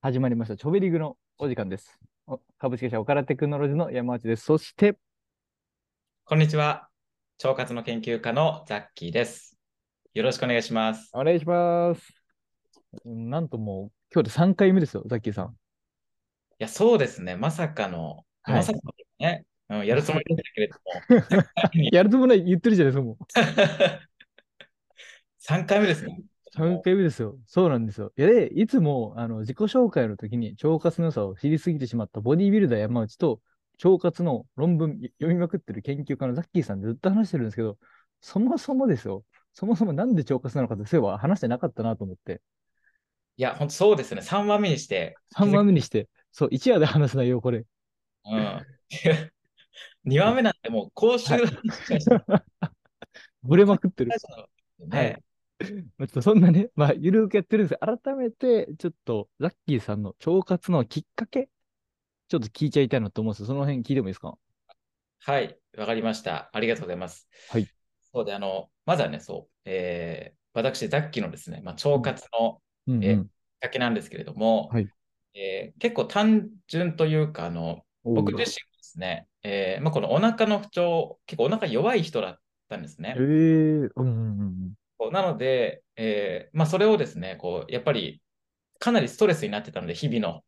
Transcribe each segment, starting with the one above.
始まりました。チョベリグのお時間です。お株式会社オカラテクノロジーの山内です。そして、こんにちは。腸活の研究家のザッキーです。よろしくお願いします。お願いします。なんともう、今日で3回目ですよ、ザッキーさん。いや、そうですね。まさかの、はいまさかのね、うん、やるつもりだったけれど も、やるつもない言ってるじゃないですか、も3回目ですね。う。3回目ですよ。そうなんですよ。いやで、いつも、あの、自己紹介の時に腸活の良さを知りすぎてしまったボディビルダー山内と、腸活の論文読みまくってる研究家のザッキーさんでずっと話してるんですけど、そもそもですよ。そもそもなんで腸活なのかって、そういえば話してなかったなと思って。いや、本当そうですね。3話目にして、 3番目にして、そう、一夜で話す内容、これ。うん、2話目なんてもう公衆の話しかしてないぶれまくってる。ねはいまあちょっとそんなね、まあ、ゆるくやってるんですが改めて、ちょっと、ラッキーさんの腸活のきっかけ、ちょっと聞いちゃいたいなと思うんですけど、その辺聞いてもいいですかはい、わかりました。ありがとうございます。はい。そうで、あの、まずはね、そう、えー私、ザッキーのですね、まあ、腸活のうん、えうん。きっかけなんですけれども、はいえー結構単純というか、あの僕おう自身ですね、えーまあ、このお腹の不調、結構お腹弱い人だったんですねえ。ー、うんうんうんこうなので、えーまあ、それをですねこう、やっぱりかなりストレスになってたので、日々の。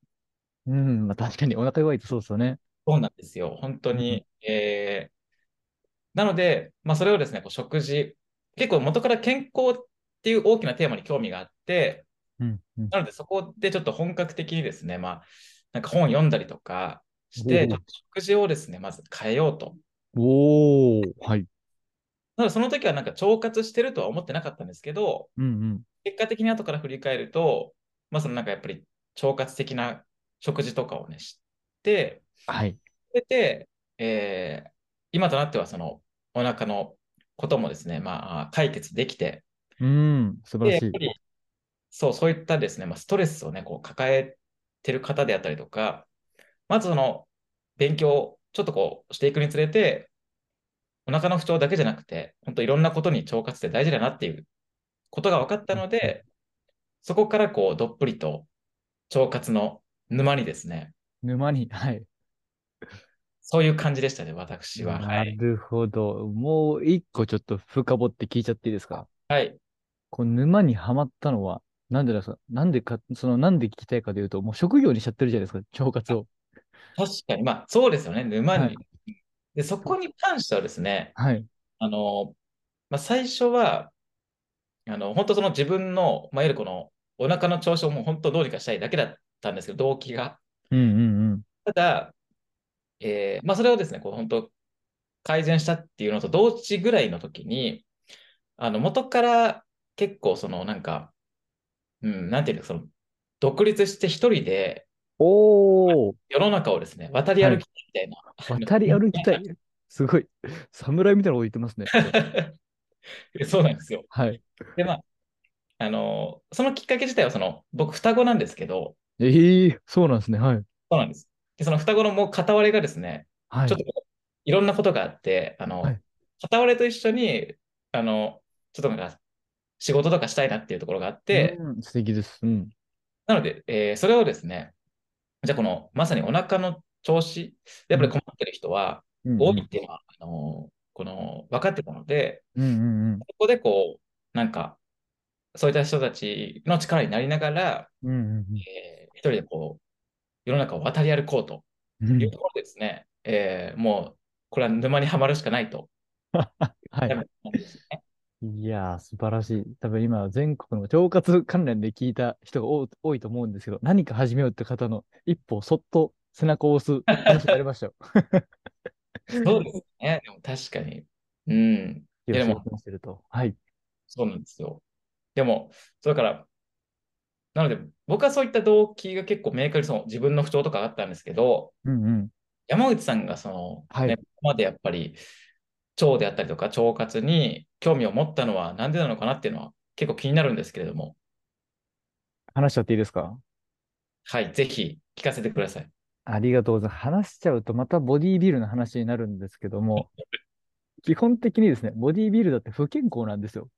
うん。うん、まあ、確かにお腹弱いとそうですよね。そうなんですよ、本当に。えーなので、まあ、それをですね、こう食事、結構元から健康っていう大きなテーマに興味があって、うん、うん。なので、そこでちょっと本格的にですね、まあ、なんか本読んだりとかしおて、うちょっと食事をですね、まず変えようと。おー、はい。なので、その時はなんか腸活してるとは思ってなかったんですけど、うんうん。結果的に後から振り返ると、まあ、そのなんかやっぱり腸活的な食事とかをね、知って、はい。それで、えー今となってはそのお腹のこともですね、まあ、解決できて、うん、素晴でらやっしいぱ。りそうそういったですね、まあ、ストレスを、ね、こう抱えてる方であったりとか、まずその勉強をちょっとこうしていくにつれて、お腹の不調だけじゃなくて、本当いろんなことに腸活って大事だなっていうことが分かったので、そこからこうどっぷりと腸活の沼にですね、沼に、はい。そういう感じでしたね、私は。は。ないるほど。もう一個ちょっと深掘って聞いちゃっていいですかはい、この沼にはまったのは、なんでなんですかなんでか、その、なんで聞きたいかというと、もう職業にしちゃってるじゃないですか、腸活を。確かに、まあそうですよね、沼に。はいでそこに関してはですね、はい。あの、まあ、最初は、あの、本当その自分の、まあ、いわゆるこの、お腹の調子をもう本当どうにかしたいだけだったんですけど、動機が。うんうんうん。ただ、えーまあ、それをですね、こう、本当改善したっていうのと同時ぐらいの時に、あの、元から結構その、なんか、うん、なんていうか、その、独立して一人でおー、世の中をですね、渡り歩きたいみたいな。渡り歩きたい。 すごい。侍みたいなこと言ってますね。 そうなんですよ。はい。で、まあ、あのそのきっかけ自体はその、僕、双子なんですけど、えー、そうなんですね。はい。そうなんです。で、その双子のもう片割れがですね、はい。ちょっといろんなことがあって、あの、はい片割れと一緒に、あの、ちょっとなんか、仕事とかしたいなっていうところがあって、うん、素敵です。うん。なので、えーそれをですね、じゃあこの、まさにお腹の調子、やっぱり困ってる人はうん多いっていうのは、あのこの、分かってたので、うんうんここでこう、なんか、そういった人たちの力になりながら、うん。うんうんえー一人でこう、世の中を渡り歩こうとうん。いうところですね、えーもうこれは沼にはまるしかないと。はい。はいいやー、素晴らしい。多分今、全国の腸活関連で聞いた人が多多いと思うんですけど、何か始めようって方の一歩、そっと背中を押す話になりましたよ。 そうですね、でも確かに。うん、やでも 気をしてると。はい。そうなんですよ。でも、それから、なので、僕はそういった動機が結構明確にその自分の不調とかあったんですけど、うんうん。山口さんがその、はいねここまでやっぱり腸であったりとか腸活に興味を持ったのはなんでなのかなっていうのは結構気になるんですけれども、話しちゃっていいですかはい、ぜひ聞かせてください。ありがとうございます。話しちゃうとまたボディービルの話になるんですけど も、基本的にですね、ボディービルだって不健康なんですよ。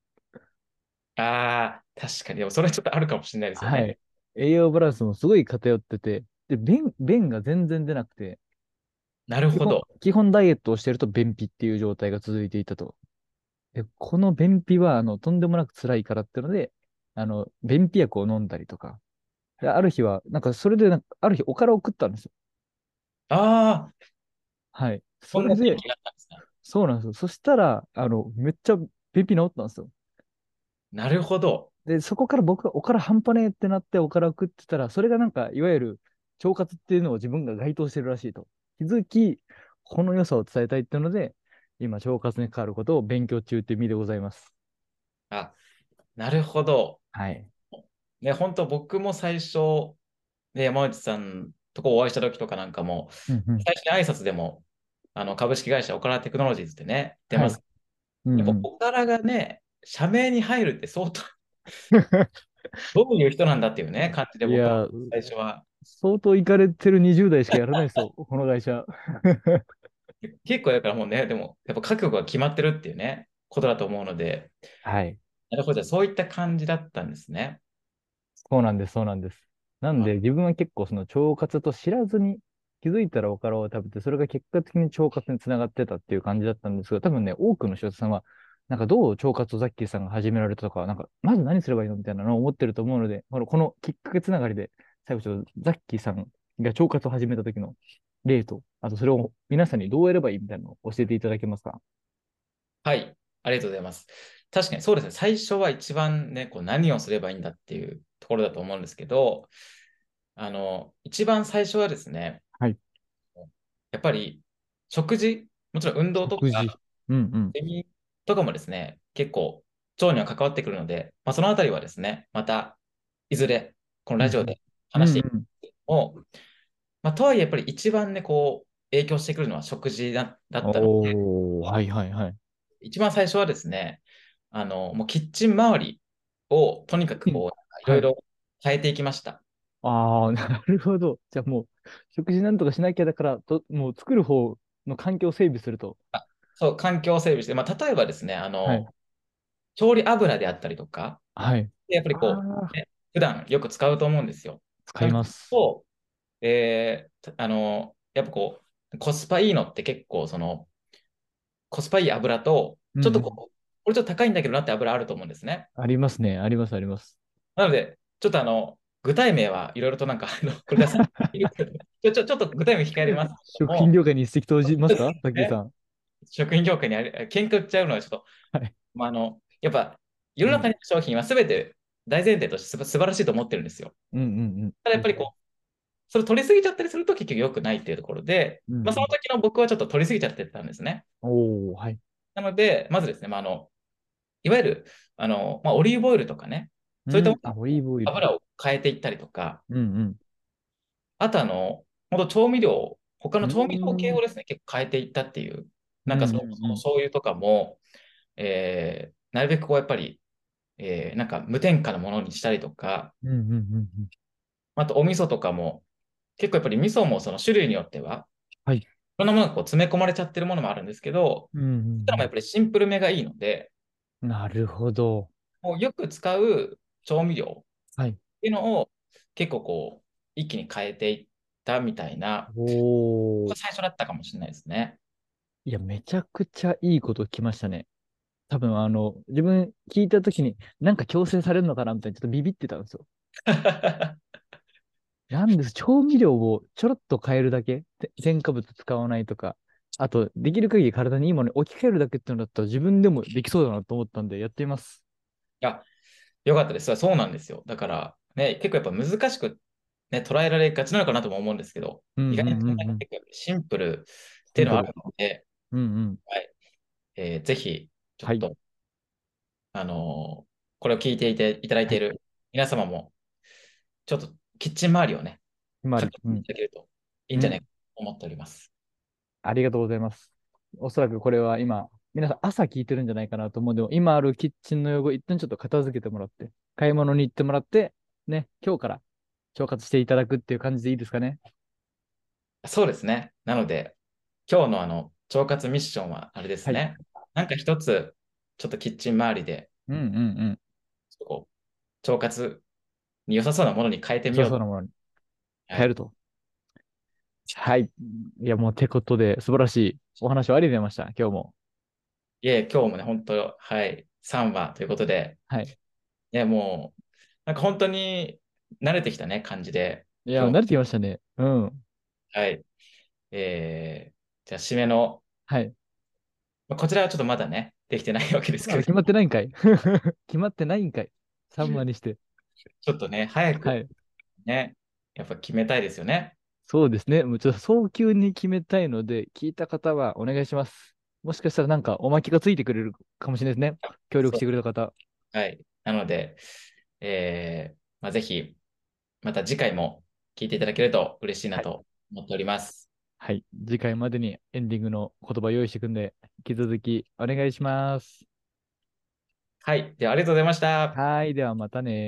ああ、確かに。でもそれはちょっとあるかもしれないですよはね。い。栄養バランスもすごい偏ってて、で、便、便が全然出なくて、なる基ほ本ど。基本ダイエットをしてると便秘っていう状態が続いていたと。で、この便秘は、あの、とんでもなく辛いからってので、あの、便秘薬を飲んだりとか。で、ある日は、なんか、それでなんか、ある日、おからを食ったんですよ。ああ、はい。そそんれな時期で、になったんですね。そうなんですよ。そしたら、あの、めっちゃ便秘治ったんですよ。なるほど。で、そこから僕がおから半端ねえってなっておからを食ってたら、それがなんか、いわゆる腸活っていうのを自分が該当してるらしいと。気づき、この良さを伝えたいっていうので、今、腸活に関わることを勉強中っていう意味でございます。あ、なるほど。はい。ね、本当僕も最初、ね、山内さんとこお会いした時とかなんかも、うんうん。最初に挨拶でも、あの株式会社オカラテクノロジーズってね、出ます。うんやっぱうんオカラがね、社名に入るって相当、 どういう人なんだっていうね、感じでい僕やは、最初は。相当いかれてる20代しかやらないですよ、この会社。結構だからもうね、でも、やっぱ覚悟が決まってるっていうね、ことだと思うので、はい。なるほど、そういった感じだったんですね。そうなんです、そうなんです。なんで、自分は結構その腸活と知らずに気づいたらおからを食べて、それが結果的に腸活につながってたっていう感じだったんですが、多分ね、多くの人さんは、なんかどう腸活をザッキーさんが始められたとか、なんか、まず何すればいいのみたいなのを思ってると思うので、このこのきっかけつながりで、最後ちょっとザッキーさんが腸活を始めた時の例と、あとそれを皆さんにどうやればいいみたいなのを教えていただけますかはい、ありがとうございます。確かにそうですね、最初は一番ね、こう何をすればいいんだっていうところだと思うんですけど、あの、一番最初はですね、はいやっぱり食事、もちろん運動と食事か、。うんうん。睡眠とかもですね、結構腸には関わってくるので、まあ、そのあたりはですね、またいずれこのラジオで話していくうんうんも、まあ、とはいえやっぱり一番ね、こう影響してくるのは食事だだったので、おお、はいはいはい。一番最初はですね、あの、もうキッチン周りをとにかくこう、いろいろ変えていきました。ああ、 なるほど。じゃあもう、食事なんとかしなきゃだから、と、もう作る方の環境を整備すると。そう、環境を整備して、まあ、例えばですね、あの、はい調理油であったりとか、はい。やっぱりこあう、あ、普段よく使うと思うんですよ。使います。を、えーたあの、やっぱこう、コスパいいのって結構、その、コスパいい油と、ちょっとこう、これちょっと高いんだけどなって油あると思うんですね。ありますね。あります、あります。なので、ちょっとあの、具体名はいろいろとなんか、 あの、これ出さないちょ、ちょ、ちょっと具体名控えますけど食も。品業界に一石投じますか、さっきねさん。食品業界にあれ、喧嘩売っちゃうのはちょっと、はいまあ、あの、やっぱ、世の中にある商品は全て大前提としてすば素晴らしいと思ってるんですよ。うんうんうん。ただやっぱりこう、それ取りすぎちゃったりすると結局良くないっていうところで、うんうんまあ、その時の僕はちょっと取りすぎちゃってたんですね。おお、はい。なので、まずですね、まあ、あの、いわゆる、あの、まあ、オリーブオイルとかね、そういったんあ、オリーブオイル。油を変えていったりとか、うんうん。あとあの、本当調味料を、他の調味料系をですね、結構変えていったっていう、なんかその、うんうんうんその醤油とかも、えーなるべくこうやっぱり、えーなんか無添加のものにしたりとか、うんうんうんうん。あとお味噌とかも、結構やっぱり味噌もその種類によっては、はいろんなものがこう詰め込まれちゃってるものもあるんですけど、うんうんただまあやっぱりシンプルめがいいので、うん。なるほど。もうよく使う調味料はいっていうのを結構こう、一気に変えていったみたいな、おお。最初だったかもしれないですね。いや、めちゃくちゃいいこと聞きましたね。多分、あの、自分聞いたときに、なんか強制されるのかなみたいにちょっとビビってたんですよ。なんです、調味料をちょろっと変えるだけ、て添加物使わないとか、あと、できる限り体にいいものに置き換えるだけっていうのだったら自分でもできそうだなと思ったんで、やってみます。 よかったです。そうなんですよ。だから、ね、結構やっぱ難しく、ね、捉えられがちなのかなとも思うんですけど、うん意うん外うにんうん。結構シンプルっていうのはあるので、うんうん。えーぜひ、ちょっと、あのーこれを聞いていていただいている皆様も、ちょっとキッチン周りをね、まあ、確う認んいただけるといいんじゃないかと思っております。ありがとうございます。おそらくこれは今、皆さん朝聞いてるんじゃないかなと思うので、今あるキッチンの用具、一旦ちょっと片付けてもらって、買い物に行ってもらって、ね、今日から腸活していただくっていう感じでいいですかね。そうですね。なので、今日のあの、腸活ミッションはあれですね。なんか一つ、ちょっとキッチン周りで、うんうんうん。こう腸活に良さそうなものに変えてみ良よさそううと。なものにはい変えると。はい。いや、もうてことで、素晴らしいお話をありがとうございました、今日も。いえ、今日もね、本当、はい、3話ということで、はい。いや、もう、なんか本当に慣れてきたね、感じで。いや、今日慣れてきましたね。うん。はい。えー、じゃあ、締めの、はい。まあこちらはちょっとまだね、できてないわけですけあれ決どまも、ってないんか い。決まってないんかい。3話にして。ちょっとね、早はくい。ね、やっぱ決めたいですよね。そうですね。もうちょっと早急に決めたいので、聞いた方はお願いします。もしかしたらなんかおまけがついてくれるかもしれないですね。協力してくれた方。はい。なので、えーまあ、ぜひ、また次回も聞いていただけると嬉しいなと思っております。はい。次回までにエンディングの言葉用意していくんで、引き続きお願いします。はい。では、ありがとうございました。はい。ではまたね。